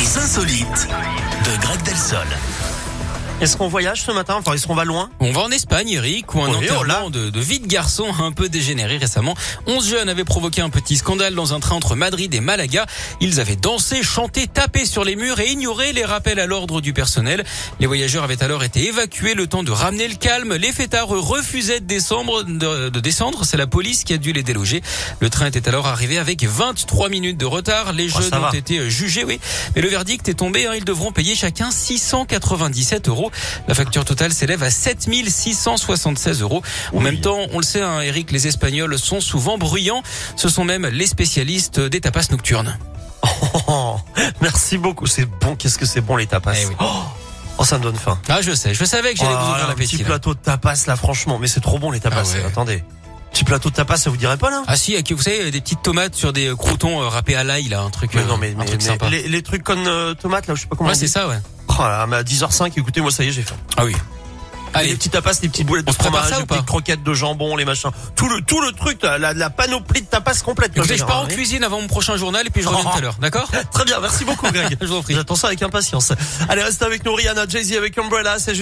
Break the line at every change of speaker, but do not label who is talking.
insolite de Greg Delsol.
Est-ce qu'on voyage ce matin Enfin, est-ce qu'on va loin
On va en Espagne, Eric, où un
Oui, oh
enterrement de, de vie de garçon a un peu dégénéré récemment. 11 jeunes avaient provoqué un petit scandale dans un train entre Madrid et Malaga. Ils avaient dansé, chanté, tapé sur les murs et ignoré les rappels à l'ordre du personnel. Les voyageurs avaient alors été évacués le temps de ramener le calme. Les fêtards eux, refusaient de descendre. De, de descendre. C'est la police qui a dû les déloger. Le train était alors arrivé avec 23 minutes de retard. Les
Oh,
jeunes
ça
ont
va.
été été jugés, oui. Mais le verdict est tombé. hein. Ils devront payer chacun 697 euros. La facture totale s'élève à 7676 euros. En même temps, on le sait, hein, Eric, les Espagnols sont souvent bruyants. Ce sont même les spécialistes des tapas nocturnes.
Oh, Merci beaucoup. C'est bon. Qu'est-ce que c'est bon les tapas
Eh oui.
oh, oh, ça me donne faim.
Ah, je sais, je savais que j'allais vous
Oh,
ouvrir
là, un
l'appétit.
petit
là.
plateau de tapas là, franchement. Mais c'est trop bon les tapas.
Ah ouais.
Attendez. Petit plateau de tapas, ça vous dirait pas là
Ah si, avec, vous savez, des petites tomates sur des croutons euh, râpés à l'ail, là, un truc,
mais
euh,
non, mais,
un
mais-
truc
mais
sympa.
les, les trucs comme euh, tomates là, je sais pas comment.
Ouais,
on
c'est
dit.
ça, ouais.
Oh là là, mais à 10h05, écoutez, moi ça y est, j'ai faim.
Ah oui.
les
Allez,
petits tapas, les petites boulettes
On
de
se prépare
fromage,
ça ou
les petites
pas
croquettes de jambon, les machins. Tout le tout le truc, la, la- la panoplie de tapas complète. quoi,
écoutez, je pars en
généralement, oui.
cuisine avant mon prochain journal et puis je reviens tout à l'heure, d'accord
Très bien, merci beaucoup Greg.
Je vous en prie.
J'attends ça avec impatience. Allez, restez avec nous Rihanna, Jay-Z avec Umbrella, c'est